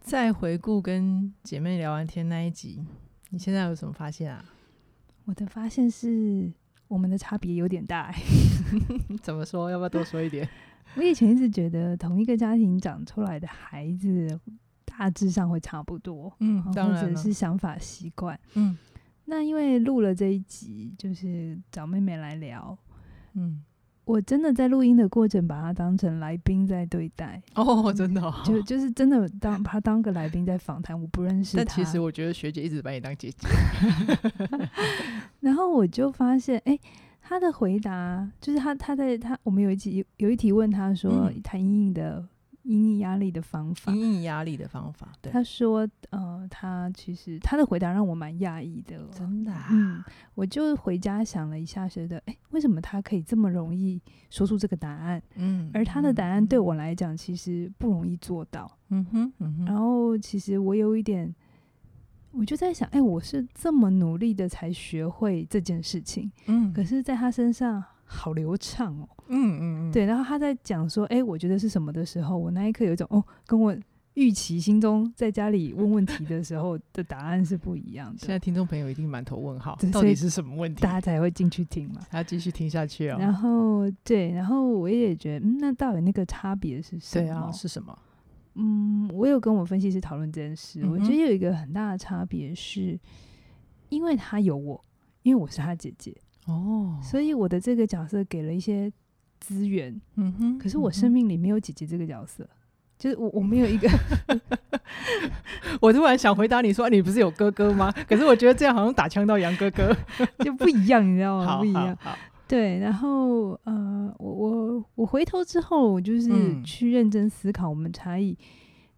再回顾跟姐妹聊完天那一集，你现在有什么发现啊？我的发现是，我们的差别有点大、欸。 怎么说？要不要多说一点？我以前一直觉得同一个家庭长出来的孩子，大致上会差不多， 嗯或当然者了是想法习惯。嗯那因为录了这一集，就是找妹妹来聊，嗯，我真的在录音的过程把她当成来宾在对待，哦，真的、哦。就就是真的当把她当个来宾在访谈，我不认识她。但其实我觉得学姐一直把你当姐姐。然后我就发现，哎、他的回答就是他他在他我们有一集有一题问他说嗯他阴影的阴影压力的方法，因应压力的方法，对，他说呃他其实他的回答让我蛮讶异的， 哦真的、啊，嗯，我就回家想了一下，觉得哎、诶为什么他可以这么容易说出这个答案，嗯而他的答案对，我来讲其实不容易做到，嗯哼，嗯哼，然后其实我有一点。我就在想，哎、我是这么努力的才学会这件事情，嗯，可是在他身上好流畅哦。嗯嗯嗯，，对，然后他在讲说，哎、我觉得是什么的时候，我那一刻有一种哦，跟我预期心中在家里问问题的时候的答案是不一样现在的，听众朋友一定满头问号对，到所底以是什么问题大？家才会进去听嘛。还要继续听下去哦。然后对，然后我也觉得，嗯，那到底那个差别是什么？对啊，是什么？嗯，我有跟我分析师讨论这件事，我觉嗯得有一个很大的差别是，因为他有我，因为我是他姐姐，哦，所以我的这个角色给了一些资源，嗯哼，可是嗯我哼生命里没有姐姐这个角色，就是我我没有一个 我突然想回答你说，啊你不是有哥哥吗？ 可是我觉得这样好像打枪到杨哥 哥，就不一样，你知道吗？好不一好样。好，对，然后呃，我我我回头之后，我就是嗯去认真思考我们差异。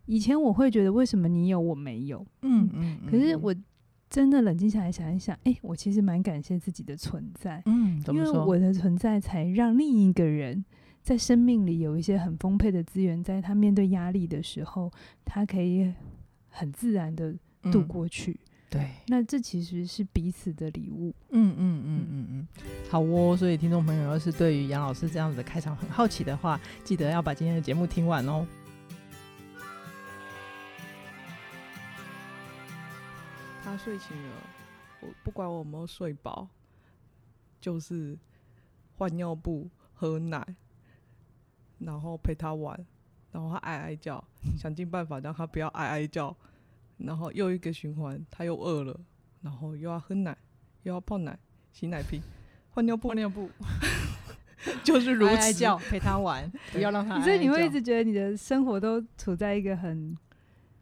以前我会觉得为什么你有我没有，嗯嗯可是，我真的冷静下来想一想，哎、我其实蛮感谢自己的存在，嗯，怎因么为说？我的存在才让另一个人。在生命里有一些很丰沛的资源，在他面对压力的时候，他可以很自然的嗯度，过去。对，那这其实是彼此的礼物。嗯嗯嗯嗯嗯，好哦。所以听众朋友，要是对于杨老师这样子的开场很好奇的话，记得要把今天的节目听完哦。他睡醒了，我不管我有没有睡饱，就是换尿布、喝奶，然后陪他玩，然后他哀哀叫，想尽办法让他不要哀哀叫，然后又一个循环，他又饿了，然后又要喝奶，又要泡奶、洗奶瓶、换尿布，尿布，就是如如此。此叫陪他 玩，不要让他哀哀叫。所以你会一直觉得你的生活都处在一个很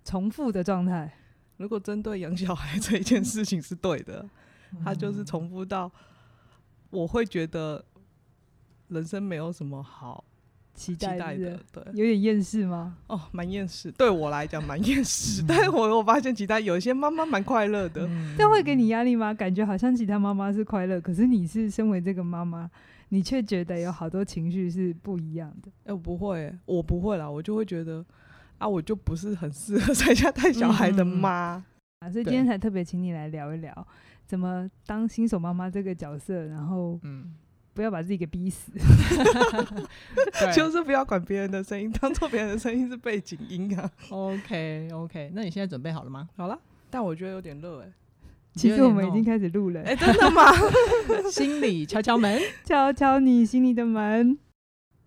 重复的状态。如果针对养小孩这一件事情是对的，他就是重复到，我会觉得人生没有什么好期期待待是不是的，对，有点厌世吗？哦，蛮厌世，对我来讲蛮厌 世，但是我我发现其他有一些妈妈蛮快乐的，嗯，但会给你压力吗？感觉好像其他妈妈是快乐，可是你是身为这个妈妈，你却觉得有好多情绪是不一样的。哎、我不会，我不会啦，我就会觉得啊，我就不是很适合在家带小孩的嗯嗯嗯妈。 啊，所以对今天才特别请你来聊一聊，怎么当新手妈妈这个角色，然后嗯，不要把自己给逼 死。 对就是不要管别人的声音，当做别人的声音是背景音啊。 OK OK。那你现在准备好了 吗？好了，但我觉得有点热哎、其实我们已经开开始录了，哎、真的吗？ 心里敲敲门。敲敲你心里的门。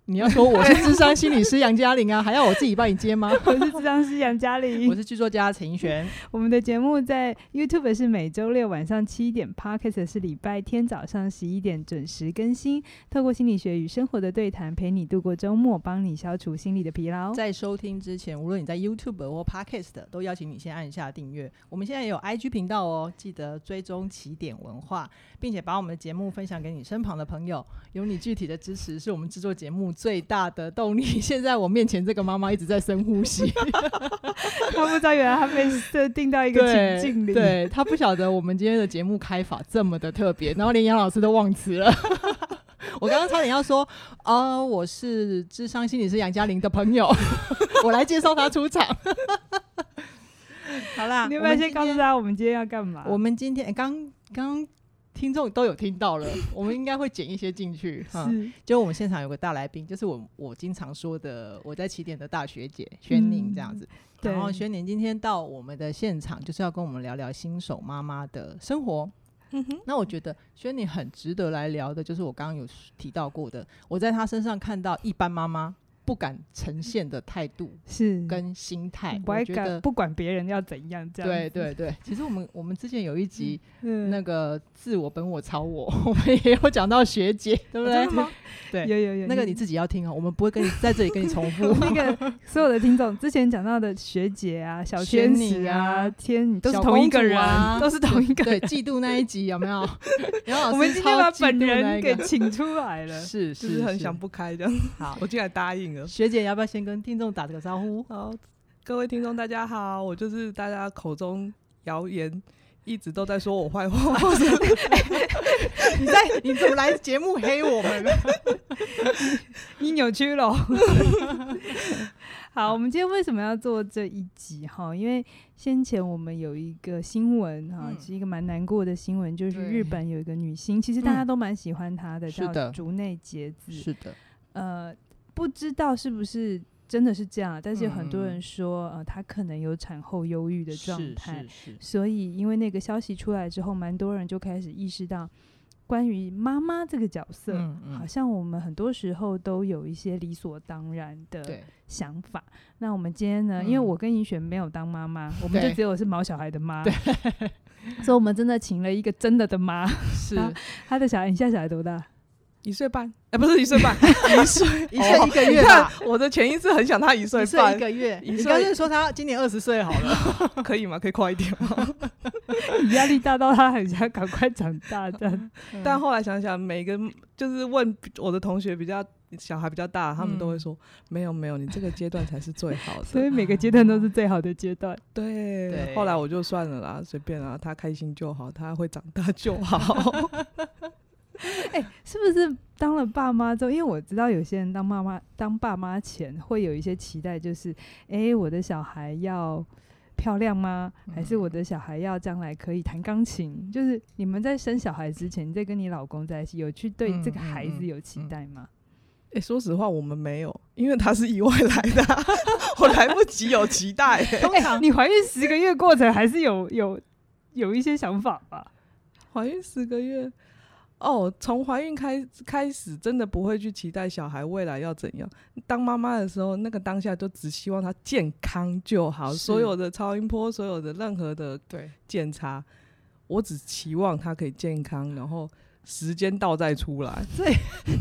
你要说我是智商心理师杨嘉玲啊，还要我自己帮你接 吗？我是智商师杨嘉我 玲。是剧作家陈奕璇。我们的节目在 YouTube 是每周六晚上七点，Podcast 是礼拜天早上十一点准时更新。透过心理学与生活的对谈，陪你度过周末，帮你消除心理的疲劳。在收听之前，无论你在 YouTube 或 Podcast，都邀请你先按一下订阅。我们现在也有 IG 频道哦，记得追踪起点文化，并且把我们的节目分享给你身旁的朋友。有你具体的支持，是我们制作节目最大的动力。 现在我面前这个妈妈一直在深呼吸，他不知道原来他 被设定到一个情境里。对她不晓得我们今天的节目开法这么的特别，然后连杨老师都忘词了。 我刚刚差点要说，呃，我是智商心理师杨嘉玲的朋友， 我来介绍她出场。好啦，你有没有啊先我们今天告诉大家我们今天要干嘛？我们今天刚刚听众都有听到了，我们应该会剪一些进去。嗯，是就我们现场有个大来宾，就是我我经常说的，我在起点的大学姐轩宁这样子。对然后轩宁今天到我们的现场，就是要跟我们聊聊新手妈妈的生活。嗯哼，那我觉得轩宁很值得来聊的，就是我刚刚有提到过的，我在她身上看到一般妈妈不敢呈现的态度是跟心态。嗯不爱我觉管得，不管别人要怎样这样，对，对对，其实我们我们之前有一集嗯，那个自我、本我、超我， 我们也有讲到学姐，哦对不真对的？吗？对有有有那个你自己要听哦，我们不会跟你在这里跟你重复。那个 所有的听众之前讲到的学姐啊、小学天你使啊、啊天女都是小同一公个主人，啊都是同一 个对人。嫉妒那一集有没有？杨老师我们今天超把嫉本妒那人一给个请出来 了。是就是是很想不开这样，好。 我竟然答应了。学姐要不要先跟听众打这个招 呼？好，各位听众大家好，我就是大家口中谣言一直都在说我坏话， 或者你在你怎么来节目黑我们？你扭曲了。 好，我们今天为什么要做这一集哈？因为先前我们有一个新闻哈，嗯是一个蛮难过的新闻，就是对嗯日本有一个女星，其实大家都蛮喜欢她的，是的叫竹内结子。是的，呃，不知道是不是真的是这样，但是有很多嗯人说，呃，她可能有产后忧郁的状是态是，是，所以因为那个消息出来之后，蛮多人就开始意识到关于妈妈这个角色。嗯好嗯，像我们很多时候都有一些理所当然的对，想法。那我们今天呢，因为嗯我跟银璇没有当妈妈，我们就对只有是毛小孩的妈，所以我们真的请了一个真的的妈。是啊她的小孩，你现在小孩多大？一岁半，哎、不是一岁半， 一岁一岁一个月你看 吧，我的潜意识很想他一岁一岁半一，个月。一你岁刚才说她今年二十岁好了，可以吗？可以快一点吗？你压力大到她很想赶快长大 这样。 但后来想想，每个就是问我的同学比较小孩比较大，他们都会说、没有没有，你这个阶段才是最好所的。以每个阶段哦都是最好的阶段。对，对后来我就算了啦，随便啦，他开心就好，他会长大就好。哎、是不是当了爸妈之后？因为我知道有些人当妈妈、当爸妈前会有一些期待，就是哎、我的小孩要漂亮吗？嗯还是我的小孩要将来可以弹钢琴？就是你们在生小孩之前，你在跟你老公在一起，有去对嗯这个嗯孩子嗯有期待 吗？哎、说实话，我们没有，因为他是意外来的啊， 我来不及有期待、欸。通哎、常你怀孕十个月过程还是有有有一些想法吧？ 怀孕十个月，哦，从怀孕开开始，真的不会去期待小孩未来要怎样。当妈妈的时候，那个当下就只希望他健康就好，是所有的超音波，所有的任何的对检查，我只期望他可以健康，然后时间到再出来。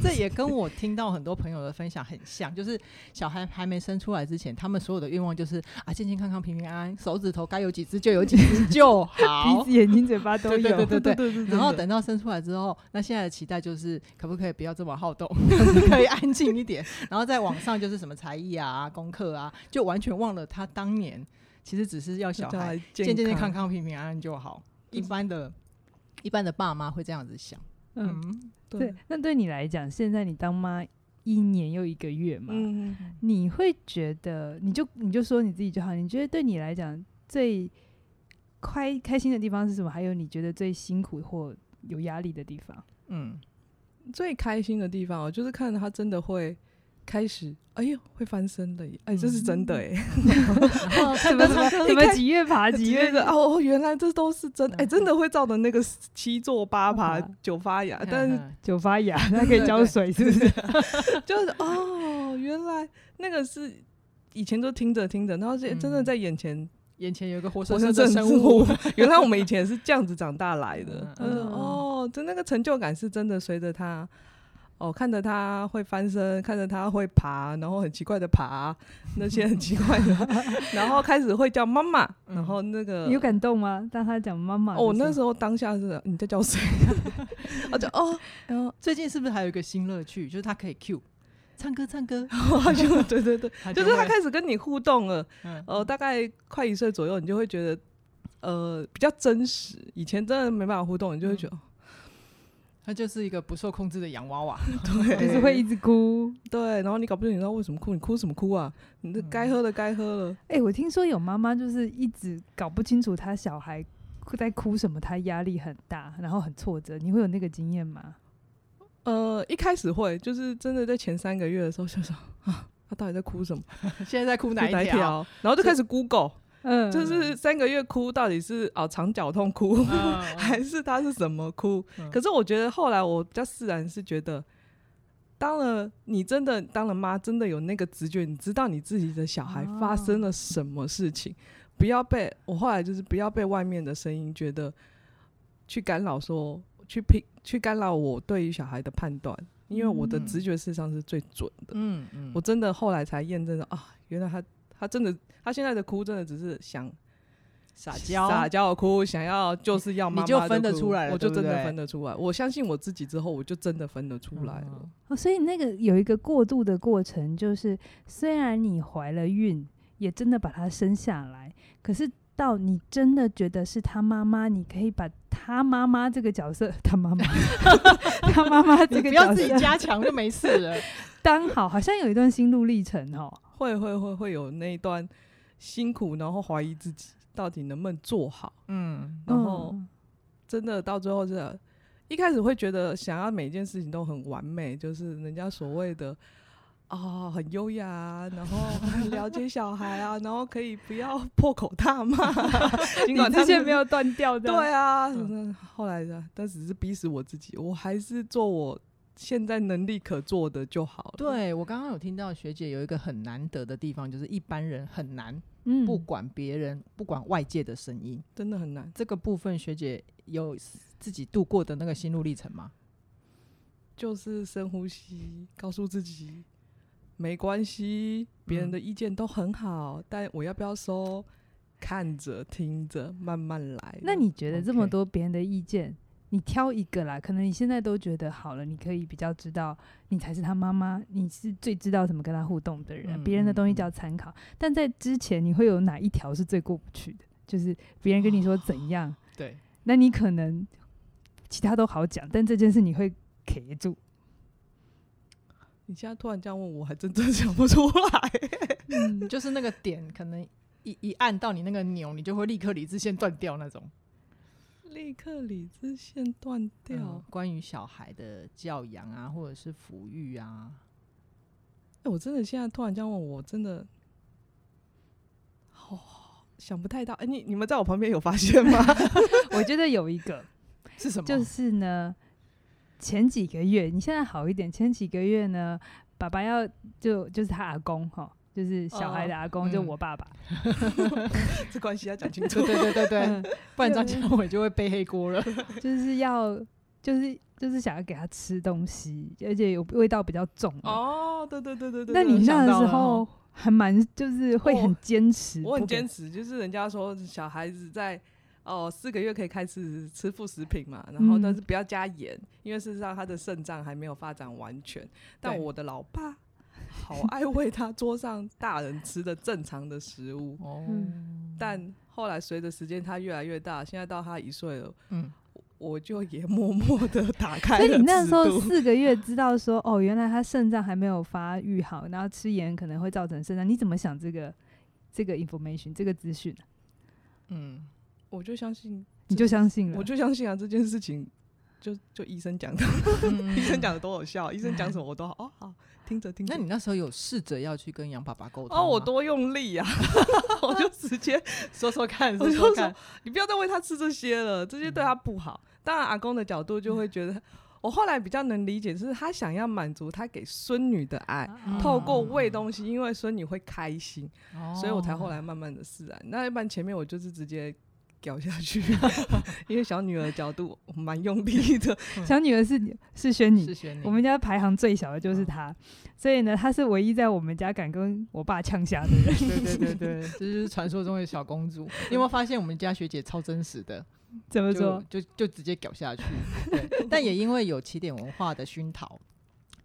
这也跟我听到很多朋友的分享很像，就是小孩还没生出来之前，他们所有的愿望就是啊，健健康康、平平安安，手指头该有几只就有几只就 鼻好子、。眼睛、嘴巴都有。对对对对对 对对然后等到生出来之后，那现在的期待就是可不可以不要这么好动，就是可以安静一点，然后再往上就是什么才艺啊、功课啊，就完全忘了他当年其实只是要小孩啊健健健健康康，康、平平安安就好。一般的、一般的爸妈会这样子想，嗯，嗯，对，。那对你来讲，现在你当妈一年又一个月嘛，嗯，你会觉得，你就你就说你自己就好，你觉得对你来讲最开开心的地方是什么？还有你觉得最辛苦或有压力的地 方？嗯，最开心的地方哦，就是看他真的会开始，哎呦，会翻身的耶，哎，这是真的哎，然后什看么到什么 他什么几月爬几 月的？的哦，原来这都是真的，哎、真的会照着那个七坐八爬嗯九发芽，但嗯是九发芽，它可以浇水，是不 是？就是哦，原来那个是以前都听着听着，然后是嗯真的在眼前眼前有一个活活生生生的生生的生物 物，，原来我们以前是这样子长大来的嗯，嗯嗯哦，就那个成就感是真的随着他。哦，看着他会翻身，看着他会爬，然后很奇怪的爬，那些很奇怪 的，然后开始会叫妈妈，嗯然后那个你有感动吗？当他讲妈妈的时哦，候，我那时候当下是你在 叫谁？我就哦，然后 最近是不是还有一个新乐趣，就是他可以 Q 唱歌唱 歌，他就对 对对，他就是他会开始跟你互动了。嗯呃，大概快一岁左右，你就会觉得呃比较真实。以前真的没办法互动，你就会觉得、他就是一个不受控制的洋娃娃， 对，就是会一直哭。对，然后你搞不清楚你知道为什么哭，你哭什么哭啊？你嗯这该喝的该喝了，哎、我听说有妈妈就是一直搞不清楚她小孩在哭什么，她压力很大，然后很挫折。你会有那个经验吗？呃，一开始会，就是真的在前三个月的时候，想想啊，他到底在哭什么？现在在哭哪哪一条？条？然后就开始 Google，嗯，就是三个月哭到底是啊肠绞痛哭， 嗯还是他是怎么哭？嗯可是我觉得后来我比较释然，是觉得，当了你真的当了妈，真的有那个直觉，你知道你自己的小孩哦发生了什么事情，嗯不要被我后来就是不要被外面的声音觉得去干扰说去评去干扰我对于小孩的判断，因为我的嗯直觉事实上是最准的。嗯嗯，我真的后来才验证了啊，原来他他真的他现在的哭真的只是想撒娇撒娇的哭，想要就是要妈妈的你就分得哭出来了我就真对不的对分得出来。我相信我自己之后，我就真的分得出来了。嗯哦，所以那个有一个过渡的过程，就是虽然你怀了孕，也真的把她生下来，可是到你真的觉得是她妈妈，你可以把她妈妈这个角色，她妈妈， 她妈妈这你个不角要自己色加强就没事 了。当好，好像有一段心路历程哦。会会会会有那一段辛苦，然后怀疑自己到底能不能做好，嗯然后嗯真的到最后是，一开始会觉得想要每件事情都很完美，就是人家所谓的。啊、很优雅啊，然后很了解小孩啊，然后可以不要破口 大骂，尽管你他之前们没有断掉的，对啊，嗯那后来的，但只是逼死我自己，我还是做我现在能力可做的就好了。，对我刚刚有听到学姐有一个很难得的地方，就是一般人很难嗯，不管别人、不管外界的声音。真的很难，这个部分学姐有自己度过的那个心路历程吗？就是深呼吸，告诉自己没关系，别人嗯的意见都很好，但我要不要收？看着听着，慢慢来。那你觉得这么 OK 多别人的意见你挑一个啦？可能你现在都觉得好了，你可以比较知道你才是他妈妈，你是最知道怎么跟他互动的人，嗯别人的嗯东西嗯叫参考。但在之前，你会有哪一条是最过不去的？就是别人跟你说怎样，哦对，那你可能其他都好讲，但这件事你会 K 住。你现在突然这样问我，还真真想不出来。 嗯，就是那个点可能一一按到你那个钮，你就会立刻理智线断掉那种。立刻理智线断掉。嗯关于小孩的教养啊，或者是抚育啊，哎、我真的现在突然这样问我，真的，好、想不太到。哎、你你们在我旁边有发 现吗？ 我觉得有一个，是哦什么？就是呢，前几个月你现在好一点，前几个月呢，爸爸要就就是他阿公哈，就是小孩的阿公，哦就嗯我爸爸。这关系要讲 清楚对。对对对对，嗯不然张家伟就会背黑锅了。就是要就是就是想要给他吃东西，而且有味道比较重。，哦，对对对对对。那对你那个时想到了候还蛮就是会很坚持，我很不给坚持，就是人家说小孩子在哦四个月可以开始吃副食品嘛，然后嗯但是不要加盐，因为事实上他的肾脏还没有发展完全。但对我的老爸好爱喂他桌上大人吃的正常的食物，哦嗯但后来随着时间他越来越大，现在到他一岁了。嗯，我就也默默的打开所以了你那尺时候度四个月知道说，哦，原来他肾脏还没有发育好，然后吃盐可能会造成肾脏，你怎么想这个这个 information 这个资讯啊、嗯，我就相信，你就相信了？我就相信啊，这件事情就就医 生讲的，嗯 医生讲的多好笑，医生讲什么我都好哦好听着听着那。你那时候有试着要去跟杨爸爸沟通哦，我吗多用力 啊！我就直接，说说 看，我说就说说看，你不要再喂他吃这些了，这嗯些对他不好。当然，阿公的角度就会觉得，我后来比较能理解，就是他想要满足他给孙女的爱，哦啊透过喂东西，因为孙女会开心，所以我才后来来慢慢的释然。那一般前面我就是直接掉下 去，因为小女儿的角度我蛮用力的，小女儿是是谢轩你，谢你。嗯我们家排行最小的就是她，所以呢，她是唯一在我们家敢跟我爸呛虾的人。对对对对，这就是传说中的小公主。你有没有发现我们家学姐超真实的？怎么就说？就就直接搞下去。对，但也因为有起点文化的熏陶。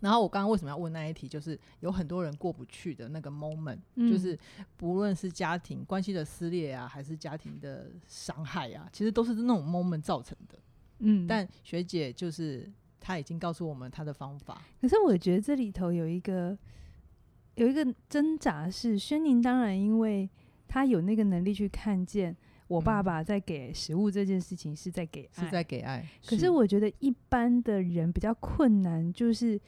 然后我刚刚为什么要问那一题，就是有很多人过不去的那个 moment，、嗯就是不论是家庭关系的撕裂啊，还是家庭的伤害啊，其实都是那种 moment 造成的。嗯，但学姐就是她已经告诉我们她的方法，可是我觉得这里头有一个有一个挣扎是，轩宁当然因为他有那个能力去看见我爸嗯爸在给食物这件事情是在给爱，是在给爱。可是我觉得一般的人比较困难，就是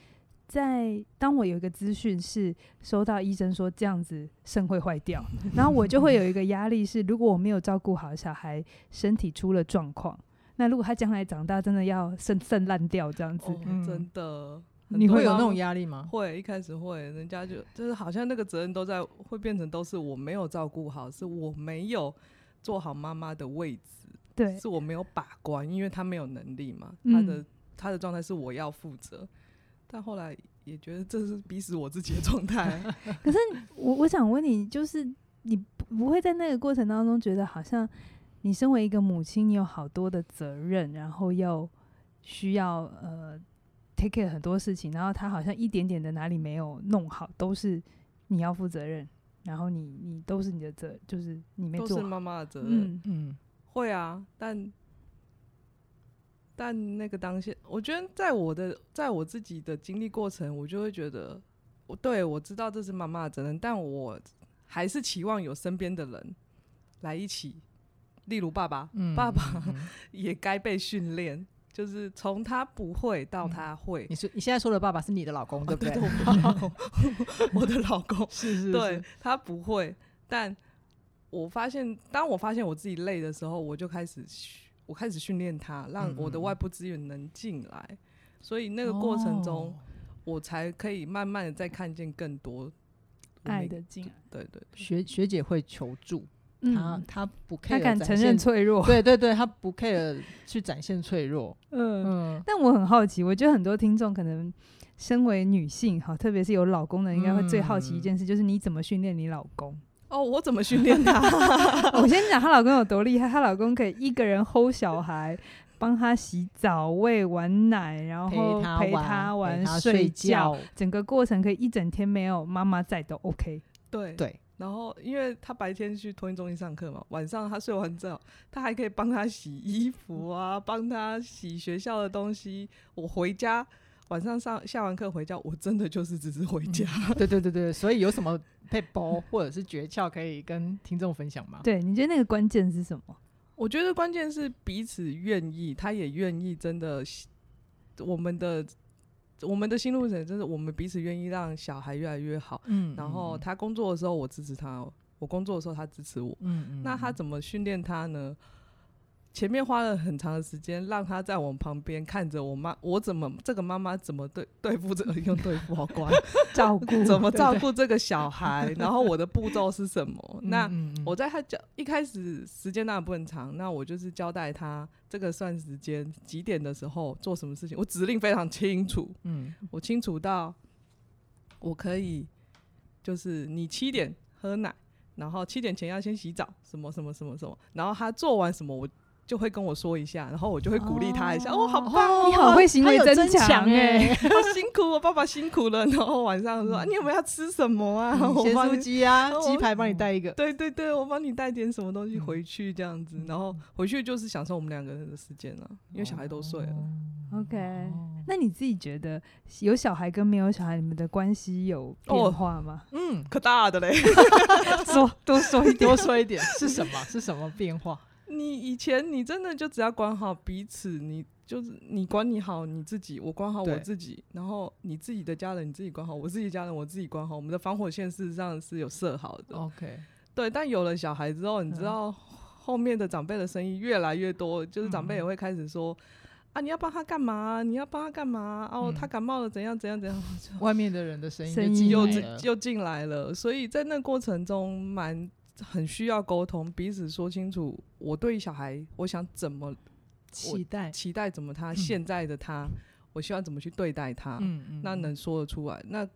在当我有一个资讯是收到医生说这样子肾会坏掉，然后我就会有一个压力是，如果我没有照顾好小孩，身体出了状况，那如果他将来长大真的要肾肾烂掉这样子，哦，嗯真的，很你多会有人那种压力吗？会一开始会，人家就就是好像那个责任都在，会变成都是我没有照顾好，是我没有做好妈妈的位置，对，是我没有把关，因为她没有能力嘛，嗯她的她的状态是我要负责，但后来也觉得这是逼死我自己的状 态，可是我我想问你，就是你不不会在那个过程当中觉得好像你身为一个母亲，你有好多的责任，然后要需要呃 take care 很多事情，然后他好像一点点的哪里没有弄好，都是你要负责任，然后你你都是你的责，就是你没都做是好。妈妈的责任。嗯嗯，会啊，但但那个当下，我觉得在我的在我自己的经历过程，我就会觉得，我对我知道这是妈妈的责任，但我还是期望有身边的人来一起，例如爸爸，嗯爸爸嗯嗯也该被训练，就是从他不会到他会。嗯你说你现在说的爸爸是你的老公，对不哦对对？对，我我的老公是是对，他不会，但我发现，当我发现我自己累的时候，我就开始训，我开始训练他，让我的嗯嗯外部资源能进来。所以那个过程中，哦我才可以慢慢的再看见更多我爱每的进来，对对对，学学姐会求助，她嗯，她不 care，他敢展承现认脆弱，对对对，她不 care 去展现脆弱， 嗯嗯，但我很好奇，我觉得很多听众可能身为女性哈，特别是有老公的，应该会最好嗯奇一件事，就是你怎么训练你老公？ 哦，我怎么训练他？ 我先讲她老公有多厉害，她老公可以一个人 hold 小孩。帮他洗澡、喂完奶，然后她陪嗯玩，他玩、陪她睡睡，觉，整个过程可以一整天没有妈妈在都 OK。对。 对，然后，因为他白天去托运中心上课嘛，晚上他睡完觉，他还可以帮他洗衣服啊，帮他洗学校的东西。我回家晚上上下完课回家，我真的就是只是回家。对对对对，所以有什么配包或者是诀窍可以跟听众分享吗？ 对，你觉得那个关键是什么？ 我觉得关键是彼此愿意，他也愿意，真的，我们的我们的心路历程，真的，我们彼此愿意让小孩越来越好。嗯然后，他工作的时候，我支持他；哦我工作的时候，他支持我。嗯嗯，那他么？怎么训练他呢？前面花了很长的时间，让他在我们旁边看着我妈，我怎么这个妈妈怎么对对付这个用对付好 乖，照顾怎么照对顾这个小孩，然后我的步骤是什么？那嗯嗯我在他教一开始时间当然不很长，那我就是交代他这个算时间几点的时候做什么事情，我指令非常清楚，嗯我清楚到我可以就是你七点喝奶，然后七点前要先洗澡，什么什么什么什么，然后他做完什么我就会跟我说一下，然后我就会鼓励他一下，哦好棒哦，你好会行他为有增增强欸 欸好辛苦哦，爸爸辛苦了，然后晚上说、啊你有没有要吃什么欸 啊？我咸帮酥你鸡 啊，我鸡排帮你带一个，对对对，我帮你带点什么东西嗯回去这样子，嗯然后回去就是享受我们两个人的时间了，因为小孩都睡 了。哦 OK。那你自己觉得有小孩跟没有小孩，你们的关系有哦变化吗？嗯，可大的嘞！说多说一点多说一 点是什么？是什么变化？你以前你真的就只要管好彼此，你就是你管你好你自己，我管好我对自己，然后你自己的家人你自己管好，我自己家人我自己管好。我们的防火线事实上是有设好的， OK，对。但有了小孩之后，你知哦嗯道后面的长辈的声音越来越多，就是长辈嗯也会开始说。啊！你要帮他干嘛？你要帮他干嘛？哦，嗯他感冒了，怎样怎样怎样？外面的人的声音声就 音进又来进了，又进来了，所以在那过程中蛮很需要沟通，彼此说清楚我对小孩我想怎么期待，期待，怎么他现在的他，我希望怎么去对待他，嗯嗯啊那能说得出来。那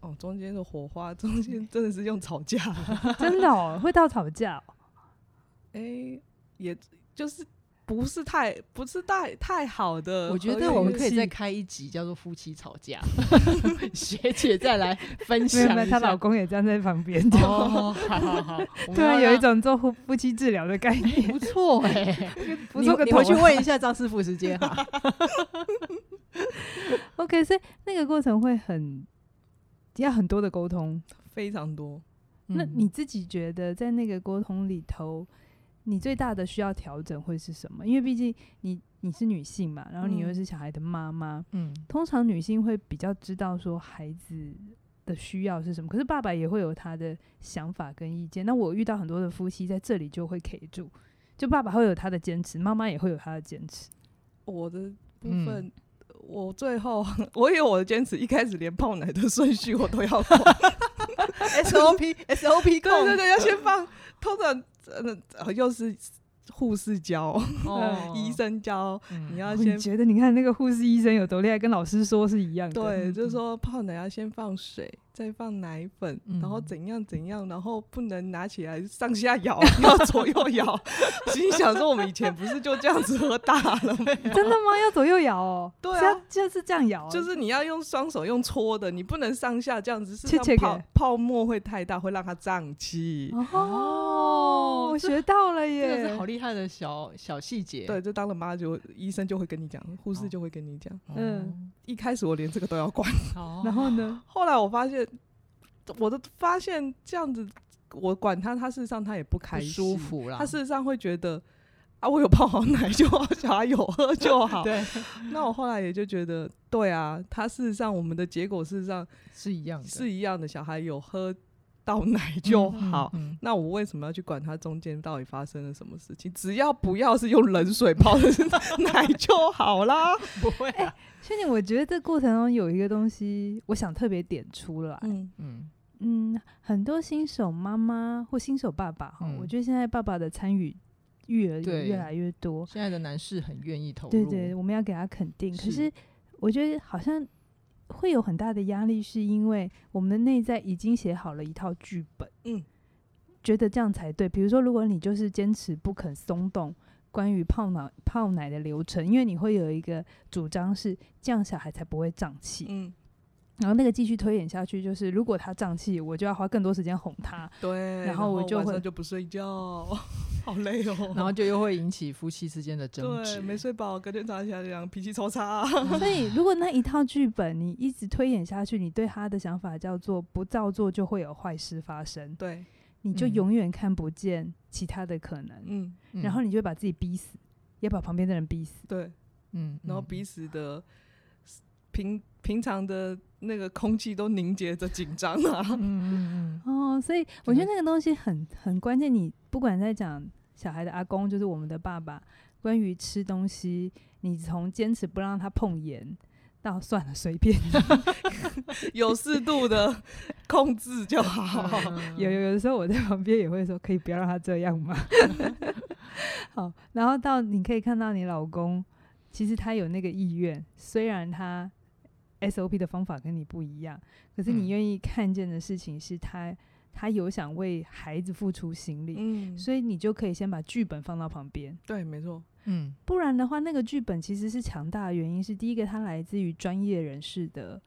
哦，中间的火花，中间真的是用吵 架， 真的、哦、会到吵架哦、哎、也就是不是太不是太太好的和我谐觉运气。得我们可以再开一集叫做夫妻吵 架，学姐再来分没有没享有，一她老下。公也站在旁边，哦，好好好，我们 突然要有让一种做夫夫妻治疗的概 念，不错哎， 不做你个你头回去啊问一下张师傅时间 哈。 OK，所以那个过程会很要很多的沟通。非常多。那嗯你自己觉得在那个沟通里头，你最大的需要调整会是什么？因为毕竟你你是女性嘛，然后你又嗯是小孩的妈妈， 嗯，通常女性会比较知道说孩子的需要是什么，可是爸爸也会有他的想法跟意见。那我遇到很多的夫妻在这里就会 K 住，就爸爸会有他的坚持，妈妈也会有他的坚持。我的部嗯分，我最后 我也有我的坚持，一开始连泡奶的顺 序我都要控 SOP SOP 对对对，要先放。通常真的又是护士教、哦医生教，嗯你要你先觉得你看那个护士医生有多厉害，跟老师说是一样的。对，就是嗯说泡奶要先放水，再放奶粉，然后嗯怎样怎样，然后不能拿起来上下摇， 要左右摇。 心想说我们以前不是就这样子喝大了吗？ 真的吗？要左右摇 哦，对啊是要就是这样摇哦，就是你要用双手用搓的，你不能上下这样子，是切切让泡给泡沫会太大，会让它胀气。哦，我这学到了这个耶是，好厉害的小小细节。对，就当了妈就医生就会跟你讲，护哦士就会跟你讲。哦，嗯一开始我连这个都要管，哦， 然后呢？后来我发现，我都发现这样子，我管他，他事实上他也不开不心，舒服啦，他事实上会觉得啊，我有泡好奶就好，小孩有喝就 好。对那我后来也就觉得，对啊，他事实上我们的结果事实上是一样的，是一样的，小孩有喝到奶就嗯好。嗯那我为什么要去管他中间到底发生了什么事情？只要不要是用冷水泡的奶就好啦。不会啊，确定，我觉得这过程中有一个东西，我想特别点出来， 嗯，嗯嗯，很多新手妈妈或新手爸爸哈，嗯我觉得现在爸爸的参与育儿也对越来越多，现在的男士很愿意投入，对对，我们要给他肯定。可是是我觉得好像会有很大的压力，是因为我们的内在已经写好了一套剧本，嗯，觉得这样才对。比如说，如果你就是坚持不肯松动。关于泡奶泡奶的流程，因为你会有一个主张是这样，小孩才不会胀气。嗯，然后那个继续推演下去，就是如果他胀气，我就要花更多时间哄他。对。然后我就晚会上就不睡觉， 好累哦。然后就又会引起夫妻之间的争对，执， 没睡饱，隔天早上起来就讲脾气超差。所以，如果那一套剧本你一直推演下去，你对他的想法叫做不照做就会有坏事发生，对，你就嗯永远看不见其他的可能，嗯，嗯，然后你就会把自己逼死，也把旁边的人逼死。对。嗯，然后嗯彼此的平平常的那个空气都凝结着紧张啊。 嗯嗯嗯哦，所以我觉得那个东西很很关键。你不管在讲小孩的阿公，就是我们的爸爸，关于吃东西，你从坚持不让他碰盐。到算了，随便。有适度的控制就好。嗯，有有有的时候我在旁边也会说，可以不要让他这 样吗？ 好，然后到你可以看到你老公，其实他有那个意愿，虽然他 SOP 的方法跟你不一样，可是嗯你愿意看见的事情是他，他有想为孩子付出心力， 嗯，所以你就可以先把剧本放到旁边。对，没错。嗯不然的话，那个剧本其实是强大的原因是，第一个它来自于专业人士的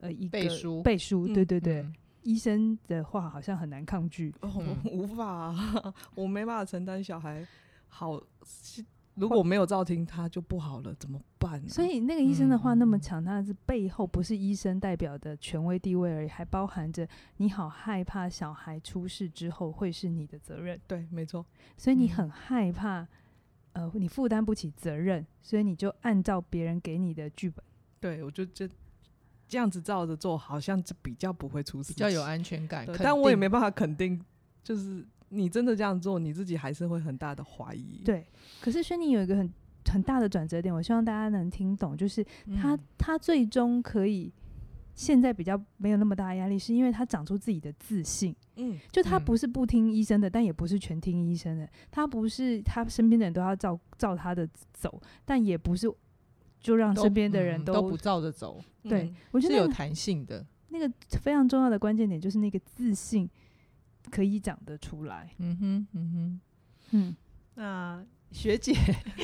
呃一个背书背书，嗯对对对，嗯医生的话好像很难抗拒。哦，嗯我无法啊、我没办法承担小孩好。是如果没有照听他就不好了，怎么办、啊？所以那个医生的话嗯嗯那么嗯强大，是背后不是医生代表的权威地位而已，还包含着你好害怕小孩出事之后会是你的责任，对，没错。所以你嗯很害怕，呃，你负担不起责任，所以你就按照别人给你的剧本。对，我就这这样子照着做，好像这比较不会出事比情，较有安全感对，，肯但我也定没办法肯定，就是你真的这样做，你自己还是会很大的怀疑。对，可是轩尼有一个很很大的转折点，我希望大家能听懂，就是他、嗯他最终可以现在比较没有那么大的压力，是因为他长出自己的自信。嗯，就他嗯不是不听医生的，但也不是全听医生的，他不是他身边的人都要照照他的走，但也不是就让都身边的人嗯都不照着走，对、嗯我觉是得那有个弹性的，那个非常重要的关键点就是那个自信可以长得出来。嗯哼嗯哼。嗯，那学姐，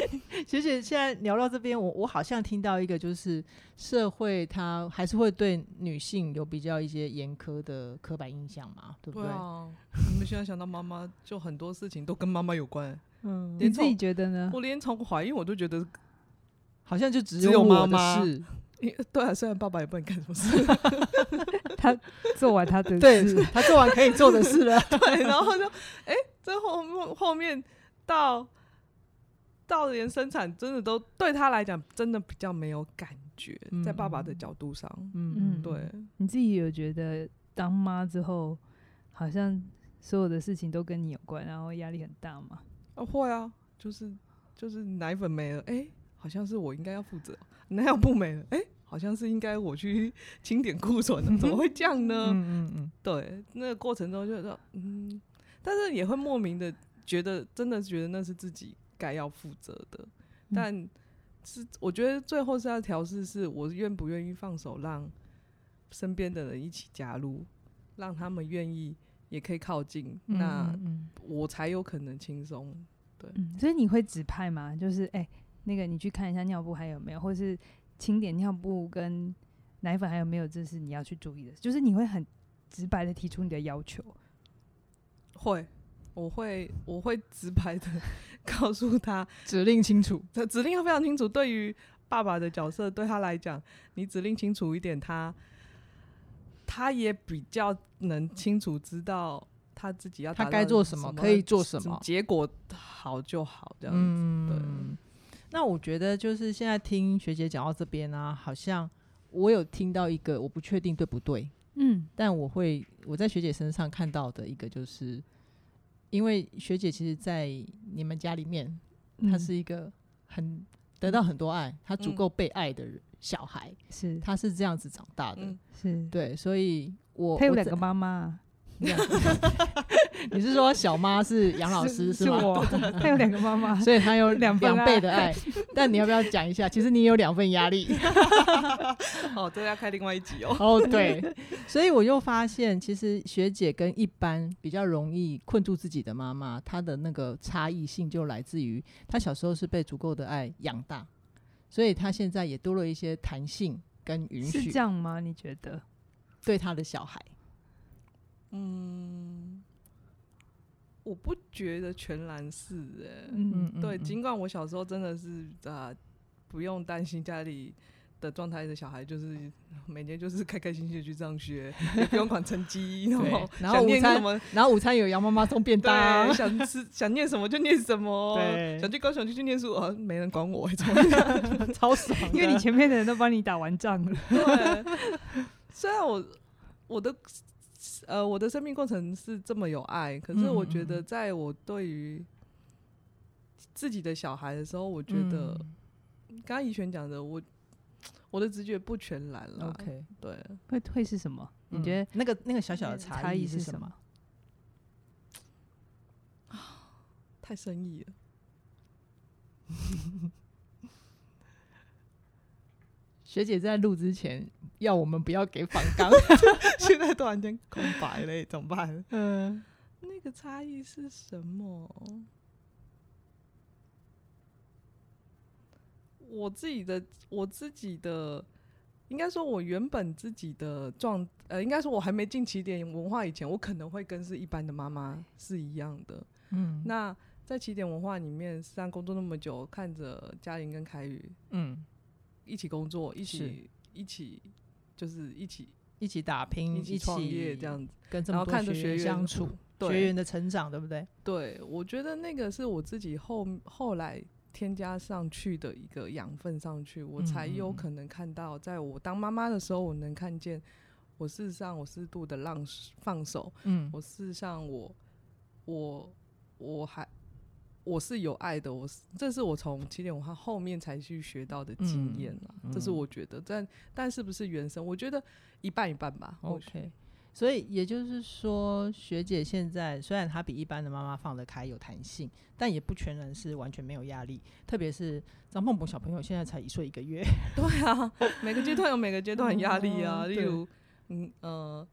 学姐现在聊到这边，我我好像听到一个，就是社会它还是会对女性有比较一些严苛的刻板印象嘛，对不对对？啊，你们现在想到妈妈，就很多事情都跟妈妈有关。嗯你连自己从觉得呢？我连从怀孕我都觉得，好像就只只有我妈的妈事，诶对啊，虽然爸爸也不能干什 么事，他做完他的对事， 她做完可以做的事了，对，然后就，哎、这后面后面到到连生产真的都对他来讲真的比较没有感觉，嗯在爸爸的角度上， 嗯嗯对，你自己有觉得当妈之后，好像所有的事情都跟你有关，然后压力很大吗？啊会啊，就是就是奶粉没了，哎、好像是我应该要负责，奶药布没了，哎、好像是应该我去清点库 存的，怎么会这样呢？嗯嗯对，那个过程中就说，嗯，但是也会莫名的觉得，真的觉得那是自己该要负责的，但是我觉得最后是要调试，是我愿不愿意放手，让身边的人一起加入，让他们愿意也可以靠近，嗯，那嗯我才有可能轻松。嗯，所以你会指派吗？就是哎、那个你去看一下尿布还有没有，或是清点尿布跟奶粉还有没有，这是你要去注意的。就是你会很直白的提出你的要求。会，我会，我会直白的 告诉他，指令清楚，这指令要非常清楚。对于爸爸的角色，对他来讲，你指令清楚一点，他他也比较能清楚知道他自己要他达该到做什什么，可以做什么，结果好就好这样子。嗯，那我觉得就是现在听学姐讲到这边啊，好像我有听到一个，我不确定对不对，嗯但我会我在学姐身上看到的一个就是，因为学姐其实，在你们家里面，嗯她是一个很得到很多爱，她足够被爱的人小孩，是她是这样子长大的，嗯是，对，所以我他有我两在个妈妈，两个你是说小妈是杨老师是吗？ 我，他有两个妈妈。所以他有两份爱倍的爱。但你要不要讲一下？其实你也有两份压 力。哦，这个要开另外一集哦。哦，对，所以我又发现，其实学姐跟一般比较容易困住自己的妈妈，她的那个差异性就来自于她小时候是被足够的爱养大，所以她现在也多了一些弹性跟允是许这样吗？你觉得？对她的小孩。嗯，我不觉得全然是哎、嗯，对，尽管我小时候真的是啊、不用担心家里的状态的小孩，就是每天就是开开心心的去上学，也不用管成绩，然对后然后想午念餐什么，然后午餐有杨妈妈送便当 啊哦对，，想吃想念什么就念什么对，想去高雄就去念书，啊，没人管 我，怎么会超爽的。因为你前面的人都帮你打完仗了。 对， 虽然我我的呃我的生命过程是这么有爱，可是嗯我嗯觉嗯得在我对于自己的小孩的时候，我觉嗯得。刚刚怡璇讲的，我我的直觉不全然嗯了。 OK，对，会会是什么？你觉嗯那个那个小小的得差异异是是什么么？？太生意了。 学姐在录之前要我们不要给反 纲，现在突然间空白了，怎么办？嗯，那个差异是什么？我自己的，我自己的，应该说，我原本自己的状，呃，应该说，我还没进起点文化以前，我可能会跟是一般的妈妈是一样的。嗯那在起点文化里面，实际上工作那么久，看着嘉玲跟凯宇嗯，一起工作，一是起一起就是一起嗯一起打拼，一起起创业这，样子。跟这然么后多看着员学员相处， 学对员的成长，对不对？对，我觉得那个是我自己后后来添加上去的一个养分上去，我才有嗯嗯可能看到，在我当妈妈的时候，我能看见我事实上我适度的让放手，嗯我事实上我我我还。我是有爱的，我是这是我从起点文化后面才去学到的经验啦，嗯这是嗯我觉得，但但是不是原生？我觉得一半一半吧。我，OK。所以也就是说，学姐现在虽然她比一般的妈妈放得开、有弹性，但也不全然是完全没有压力。特别是张梦博小朋友现在才一岁一个月， 对啊，每个阶段有每个阶段的压力啊。哦例对如，嗯呃，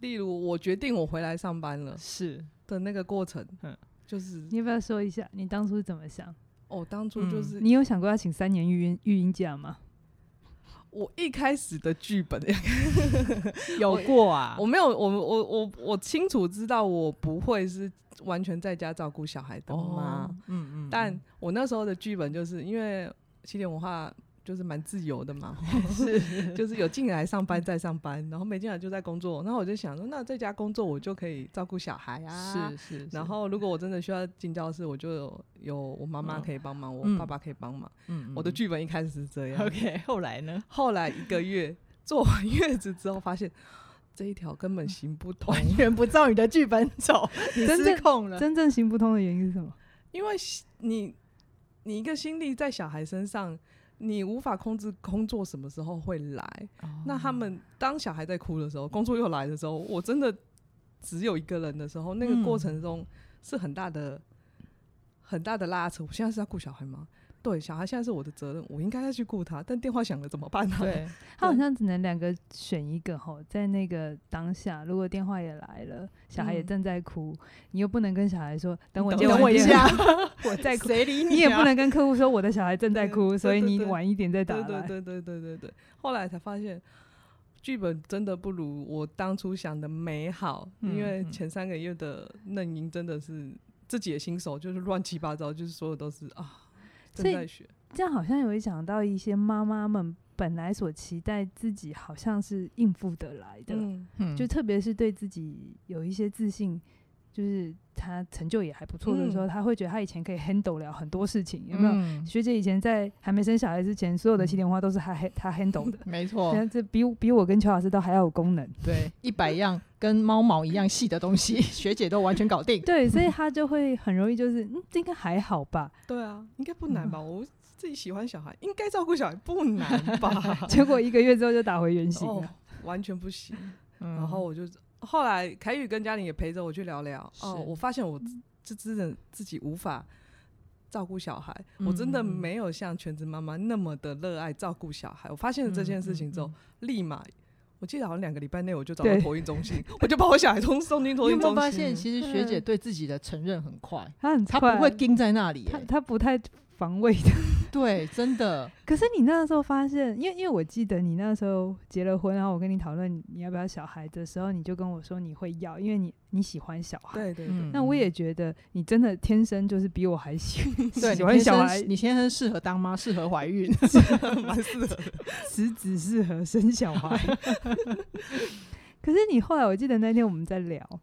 例如我决定我回来上班 了是的那个过程嗯，就是你要不要说一下你当初是怎么想？哦，当初就嗯是你有想过要请三年育婴育婴假吗？我一开始的剧本，有过啊我没有，我我我我清楚知道我不会是完全在家照顾小孩的妈，哦哦，嗯嗯，但我那时候的剧本就是因为起点文化就是蛮自由的嘛， 是就是有进来上班再上班，然后没进来就在工作。然后我就想说，那在家工作我就可以照顾小孩啊。是。是，然后如果我真的需要进教室，我就有有我妈妈嗯可以帮忙，我嗯爸爸可以帮忙。嗯我的剧本一开始是 这样， OK，后来呢？后来一个月坐完月子之后，发现 这一条根本行不通，完全不照你的剧本走， 你真的失控了。真正行不通的原因是什么？因为你你一个心力在小孩身上，你无法控制工作什么时候会来。哦那他们当小孩在哭的时候，工作又来的时候，我真的只有一个人的时候，那个过程中是很大的、很大的拉扯。我现在是要顾小孩吗？对，小孩现在是我的责任，我应该要去顾他。但电话响了怎么办呢、对， 他好像只能两个选一个吼，在那个当下，如果电话也来了，小孩也嗯正在哭，你又不能跟小孩说等我等接等完我一电下话， 我再哭， 谁理你、啊？你也不能跟客户说我的小孩正在对哭，对所以对你对晚一点再打对来。对对对对对对。后来才发现，剧本真的不如我当初想的美好，嗯因为嗯前三个月的嫩营真的是自己的新手，就是乱七八糟，就是所有都是啊，所正以在学。这样好像有讲到一些妈妈们本来所期待自己好像是应付得来的，嗯，嗯，，就特别是对自己有一些自信，就是她成就也还不错的时候，嗯她会觉得她以前可以 handle 了很多事情，有没有？学姐以前在还没生小孩之前，所有的起点花都是她 h 她 handle 的没错现，在这比我比我跟邱老师都还要有 功能。对，一百样跟猫毛一样细的东西， 学姐都完全搞定。对，所以她就会很容易就是，嗯，这应该还好吧？？对啊，应该不难吧？我自己喜欢小孩，应该照顾小孩不难吧 哦结果一个月之后就打回原形了。哦，完全不行。 嗯然后我就后来凯宇跟嘉玲也陪着我去聊聊。哦，是我发现我这真的自己无法照顾小孩，我真的嗯嗯嗯没有像全职妈妈那么的热爱照顾小孩。我发现了这件事情之后，嗯立马。我记得好像两个礼拜内我就找到对托运中心，我就把我小孩送送进你托有运没有中发现，心。其实学姐对自己的承认很快，她很她快不会盯在那里、她欸她不太防卫的。 对，真 的，可是你那时候发现，因为因为我记得你那时候结了婚，然后我跟你讨论你要不要小孩的时候，你就跟我说你会要，因为你你喜欢小孩。对对对，嗯那我也觉得你真的天生就是比我还喜对，喜欢小孩，你先生适合当妈，适合怀孕，蛮适合的。 十指适合生小孩。 可是你后来，我记得那天我们在聊，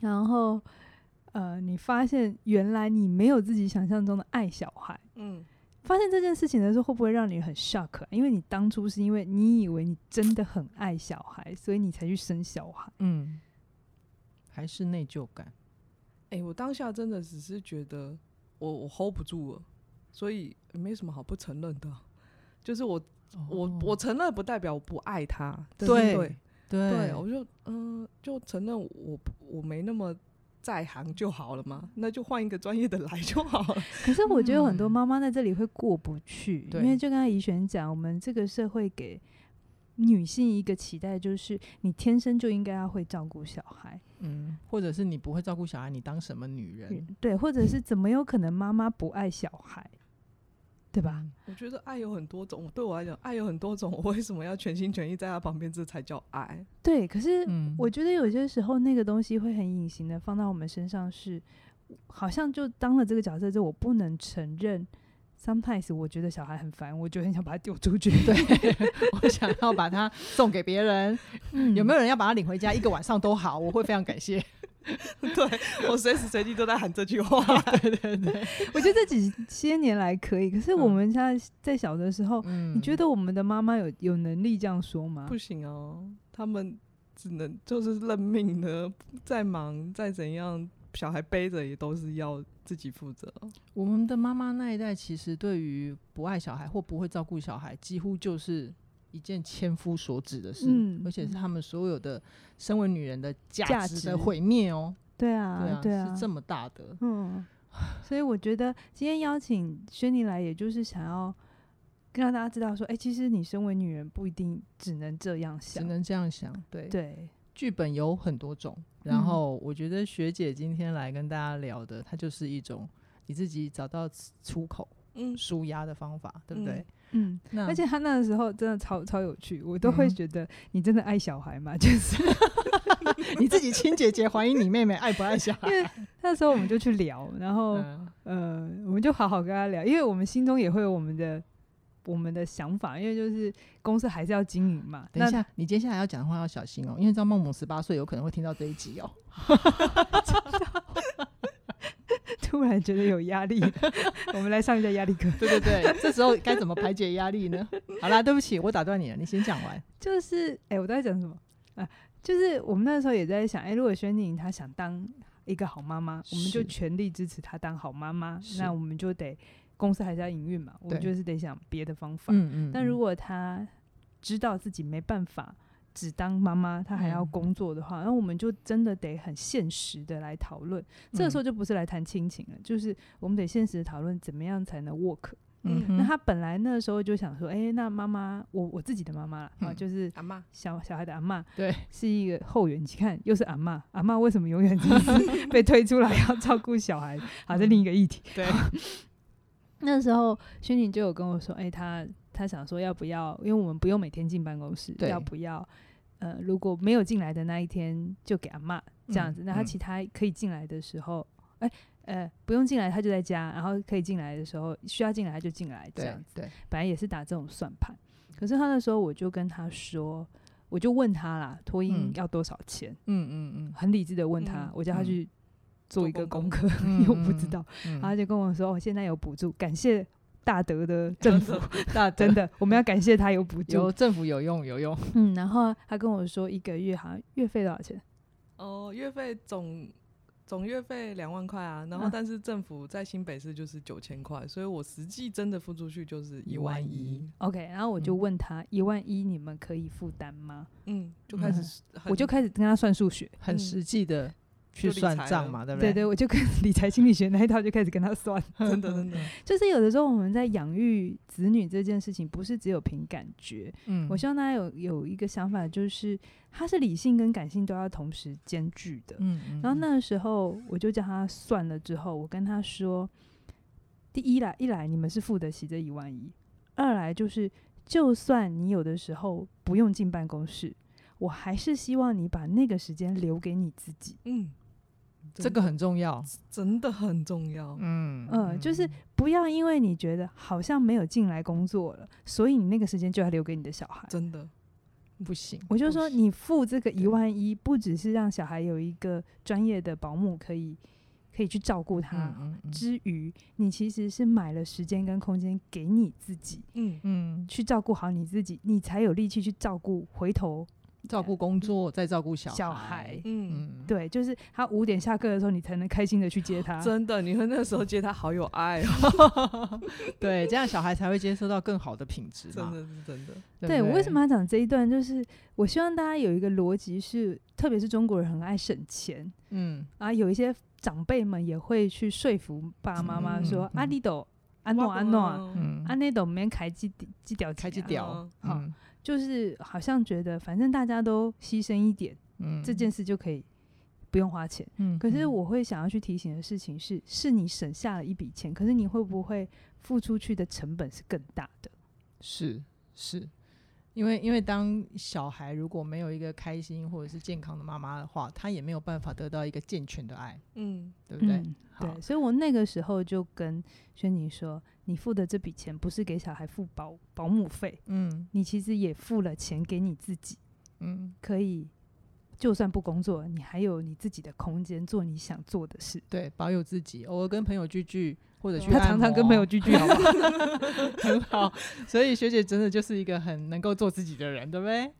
然后呃，你发现原来你没有自己想象中的爱小孩。嗯，发现这件事情的时候，会不会让你很 shock？、啊、因为你当初是因为你以为你真的很爱小孩，所以你才去生小孩。 嗯，还是内疚感，哎、我当下真的只是觉得我我 hold 不住了，所以没什么好不承认的。就是我我我承认不代表我不爱他，但是哦对对对对，我就嗯、就承认我我没那么在行就好了嘛，那就换一个专业的来就好了。 可是我觉得很多嗯妈妈在这里会过不去，对因为就刚才怡璇讲，我们这个社会给女性一个期待，就是你天生就应该要会照顾小孩，嗯，或者是你不会照顾小孩，你当什么女人？嗯对，或者是怎么有可能妈妈不爱小孩，对吧？嗯我觉得爱有很多种，对我来讲，爱有很多种，我为什么要全心全意在他旁边？这才叫爱。 对，可是嗯，我觉得有些时候那个东西会很隐形的放到我们身上是，好像就当了这个角色之后，我不能承认。Sometimes 我觉得小孩很烦，我就很想把他丢出去。对， 我想要把它送给别人，有没有？有人要把它领回家？一个晚上都好，我会非常感 谢。对我随时随地都在喊这句 话。 我觉得这几些年来可以，可是我嗯们在在小的时候，嗯你觉得我们的妈妈有有能力这样说吗？不行哦，他们只能就是认命的，再忙再怎样，小孩背着也都是要自己负责。我们的妈妈那一代，其实对于不爱小孩或不会照顾小孩，几乎就是一件千夫所指的事，嗯而且是他们所有的身为女人的价价值值的毁灭哦。对啊，对对啊，啊是，这么大的。嗯， 所以我觉得今天邀请轩尼来，也就是想要让大家知道说，哎、其实你身为女人不一定只能这样只想，能这样想，对，对，啊剧本有很多种，然后我觉得学姐今天来跟大家聊的，它就是一种你自己找到出口、嗯，舒压的方法，对不对？嗯嗯，那而且他那个时候真的超超有趣，我都会嗯觉得你真的爱小孩嘛， 就是 你自己亲姐姐怀疑你妹妹爱不爱小孩 因，为那时候我们就去聊，然后嗯啊呃，我们就好好跟他聊，因为我们心中也会有我们的我们的想法，因为就是公司还是要经营嘛。等一那下，你接下来要讲的话要小心哦，因为张梦某十八岁有可能会听到这一集哦。 突然觉得有 压力，我们来上一下压力课。对对对，这时候该怎么排解压力呢？好啦，对不起，我打断你了，你先讲 完。就是，哎、我都在讲什么啊？就是我们那时候也在想，哎、如果宣宁她想当一个好妈妈，我们就是全力支持她当好妈妈。是那我们就得公司还是要营运嘛，我们对就是得想别的方法。嗯嗯但如果她知道自己没办法只当妈妈，她还要嗯工作的话，那我们就真的得很现实的来讨论。嗯这个时候就不是来谈亲情了，就是我们得现实的讨论怎么样才能 work。嗯哼那她本来那时候就想说，哎、那妈妈，我我自己的妈妈啦，啊，嗯就是阿妈，小小孩的阿嬷对是一个后援，你看又是阿嬷，阿嬷为什么永远就是 被推出来要照顾小孩？好，嗯这另一个议题。对，那时候轩宁就有跟我说，哎、她她想说要不要，因为我们不用每天进办公室，对要不要？呃，如果没有进来的那一天，就给阿嬷这样子。嗯那她嗯其他可以进来的时候，哎、呃，不用进来，她就在家，然后可以进来的时候，需要进来她就进来，这样对子。对，本来也是打这种算盘，可是他那时候我就跟他说，我就问他啦，托婴嗯要多少钱？嗯嗯嗯很理智的问他，嗯我叫他嗯去做做一个功功课，嗯因为我不嗯知道，嗯然后他就跟我说，我、哦现在有补助，感谢大德 的政府，那真 的的，我们要感谢他有补有助。政府有用有用，嗯，然后他跟我说一个月好像月费多少钱？哦，月费总总月费两万块啊，然后嗯但是政府在新北市就是九千块，所以我实际真的付出去就是一一万万一一， OK，然后我就嗯问他一万一你们可以负担吗？嗯，就开嗯始很我就开始跟他算数学，很嗯实际的去就理算财账了嘛，对不对对对，我就跟 理财心理学那一套就开始跟他算， 真的真的，就是有的时候我们在养育子女这件事情，不是只有凭感觉。嗯我希望大家有有一个想法，就是它是理性跟感性都要同时兼具的。嗯嗯，然后那个时候我就叫他算了之后，我跟他说，第一来一来你们是付得起这一万一，二来就是就算你有的时候不用进办公室，我还是希望你把那个时间留给你自己。嗯，这个很重要，真的很重要，嗯嗯，就是不要因为你觉得好像没有进来工作了，所以你那个时间就要留给你的小孩。真的，不行，我就说，不行你付这个一对万一，不只是让小孩有一个专业的保姆可以可以去照顾他，嗯嗯之余，你其实是买了时间跟空间给你自己嗯，嗯，去照顾好你自己，你才有力气去照顾回头照顾工作再照顾小嗯小孩孩，。嗯，嗯，对，就是他五点下课的时候，你才能开心的去接他。真的，你和那时候接他好有爱哦，嗯 对，这样小孩才会接收到更好的品质真嘛。的是真的，对对，不我为什对么要讲这一段？就是我希望大家有一个逻辑是，特别是中国人很爱省钱嗯啊，有一些长辈们也会去说服爸爸妈妈说：“嗯啊，嗯你都安诺安诺，嗯啊，那都免开几几条开机条，屌，好嗯就是好像觉得反正大家都牺牲一点，嗯，这件事就可以不用花钱。嗯，可是嗯我会想要去提醒的事情是，是你省下了一笔钱，可是你会不会付出去的成本是更大的？是是，因为因为当小孩如果没有一个开心或者是健康的妈妈的话，他也没有办法得到一个健全的爱，嗯，对不对？嗯好对，，所以我那个时候就跟轩宁说，你付的这笔钱不是给小孩付保保姆费，嗯你其实也付了钱给你自己，嗯，可以就算不工作，你还有你自己的空间做你想做的事。对，保有自己，偶尔跟朋友聚聚或者去他按常常跟摩朋友聚聚，好不好？ 很好，所以学姐真的就是一个很能够做自己的人，对不对？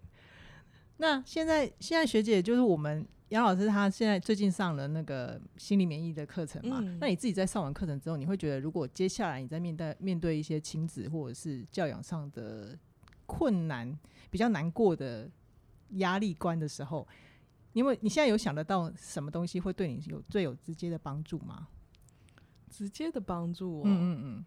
那现在现在学姐就是我们杨老师，她现在最近上了那个心理免疫的课程嘛。嗯那你自己在上完课程之后，你会觉得如果接下来你在面对面对一些亲子或者是教养上的困难、比较难过的压力关的时候，你有没有你现在有想得到什么东西会对你有最有直接的帮助吗？直接的帮助哦我，嗯嗯嗯。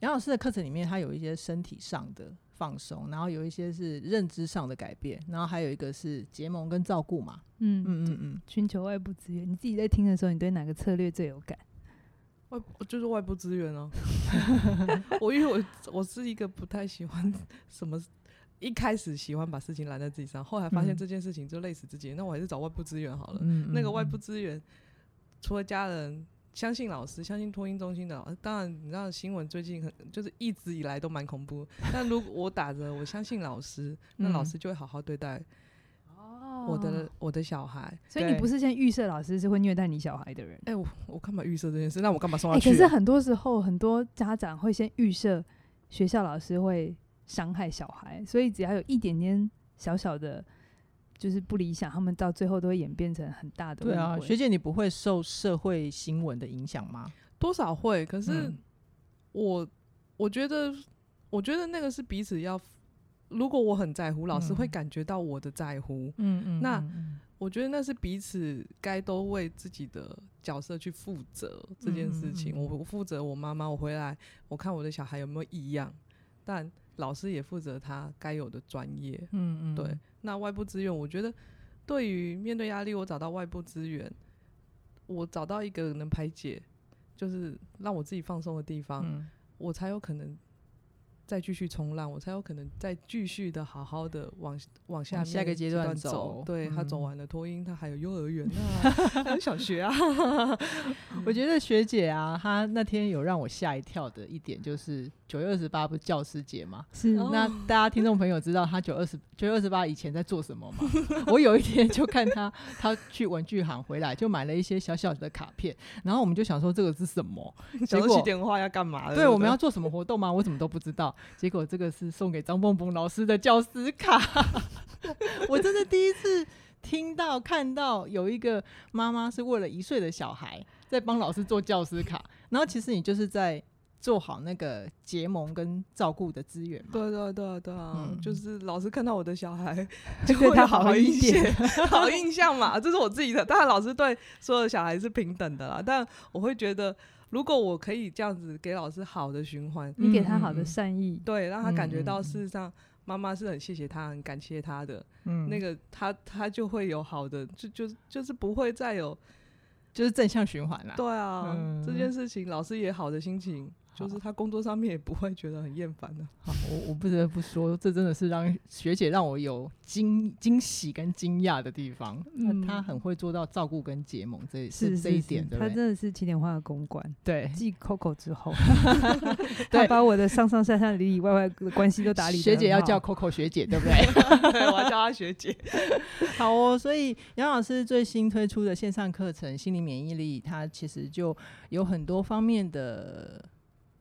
杨老师的课程里面，他有一些身体上的放松，然后有一些是认知上的改变，然后还有一个是结盟跟照顾嘛。嗯嗯嗯嗯，寻求外部资源。你自己在听的时候，你对哪个策略最有感？外就是外部 资源哦。我因为我我是一个不太喜欢什么，一开始喜欢把事情揽在自己上，后来发现嗯这件事情就累死自己，那我还是找外部资源好了。嗯那个外部资源除了家人，相信老师，相信托婴中心的老师。当然，你知道新闻最近很就是一直以来都蛮恐怖。但如果我打着我相信老师，那老嗯师就会好好对待哦我的、我的小孩。所以你对不是先预设老师是会虐待你小孩的人。哎、我我干嘛预设这件事？那我干嘛送哎、他去、啊可是很多时候，很多家长会先预设学校老师会伤害小孩，所以只要有一点点小小的，就是不理想，他们到最后都会演变成很大的对啊，误会学姐，你不会受社会新闻的影响吗？多少会，可是嗯我、我觉得，我觉得那个是彼此要。如果我很在乎，老师会嗯感觉到我的在乎。嗯嗯那我觉得那是彼此该都为自己的角色去负责这件事情。嗯嗯嗯我我负责我妈妈，我回来我看我的小孩有没有异样，但老师也负责他该有的专业。嗯嗯，对，那外部资源，我觉得对于面对压力，我找到外部资源，我找到一个能排解，就是让我自己放松的地方，嗯我才有可能再继续冲浪，我才有可能再继续的好好的往往下往下面个阶段段走对、他走嗯完了托婴，他还有幼 儿园啊，还有小学啊， 我觉得学姐啊，她那天有让我吓一跳的一点就是九月二十八不是教师节吗？是、哦那大家听众朋友知道他九二十九月二十八以前在做什么吗？ 我有一天就看他，他去文具行回来就买了一些小小的卡片，然后我们就想说这个是什么？想结说起果点话要干嘛了？对，不我们要做什么活动吗？我怎么都不知道。结果这个是送给张蹦蹦老师的教师卡， 我真的第一次听到看到有一个妈妈是为了一岁的小孩在帮老师做教师卡，然后其实你就是在做好那个结盟跟照顾的资源嘛。对对对对啊，嗯 就是老师看到我的 小孩，会对会他有好一印点象 好印象嘛，这是我自己的。当然，老师对所有的小孩是平等的啦，但我会觉得，如果我可以这样子给老师好的循环，你给他好嗯嗯的嗯善意，对，让他感觉嗯嗯到嗯事实上妈妈是很谢谢他、很感谢他的，嗯那个他他就会有好的，就就就是不会再有就是正向循环啦。对啊、嗯这件事情，老师也好的心情，就是好他工作上面也不会觉得很厌烦 的。好，我我不得不说，这真的是让学姐让我有惊惊喜跟惊讶的地方。嗯那她很会做到照顾跟结盟这是这是一是点，对他不对？真的是起点花的公关，对，继 Coco 之后，他 对把我的上上下下、里里外外的关系都打理得学姐要很叫好 Coco 学姐，对不对？对，我要叫他学姐。好哦，所以杨老师最新推出的线上课程《心理免疫力》，它其实就有很多方面的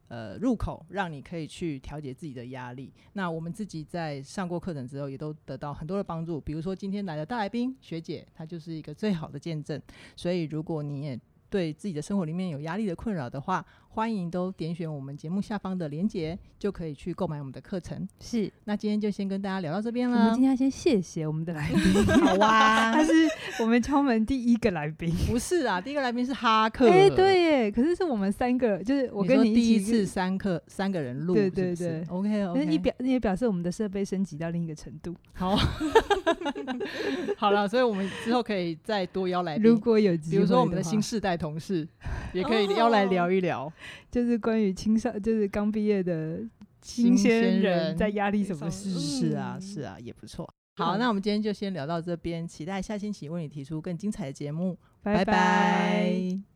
呃入口，让你可以去调节自己的压力。那我们自己在上过课程之后，也都得到很多的帮助。比如说今天来的大来宾学姐，她就是一个最好的见证。所以如果你也对自己的生活里面有压力的困扰的话，欢迎都点选我们节目下方的链接，就可以去购买我们的课程。是那今天就先跟大家聊到这边我了们今。天要先谢谢我们的来宾， 好啊哇、他是我们敲门第一个来宾。不是啊，第一个来宾是哈克。哎、对耶，可是是我们三个，就是我你跟说你第一一起次三个三个人录，对是不对是对，OK 那 OK，一表那也表示我们的设备升级到另一个程度。好， 好了，所以我们之后可以再多邀来如宾，果有机比会如说我们的话新世代同事，也可以邀来聊一哦聊。就是关于青少，就是刚毕业的新新鲜鲜人人在压力什么上事是嗯是啊，是啊，也不错。好，那我们今天就先聊到这边，期待下星期为你提出更精彩的节目，拜拜拜拜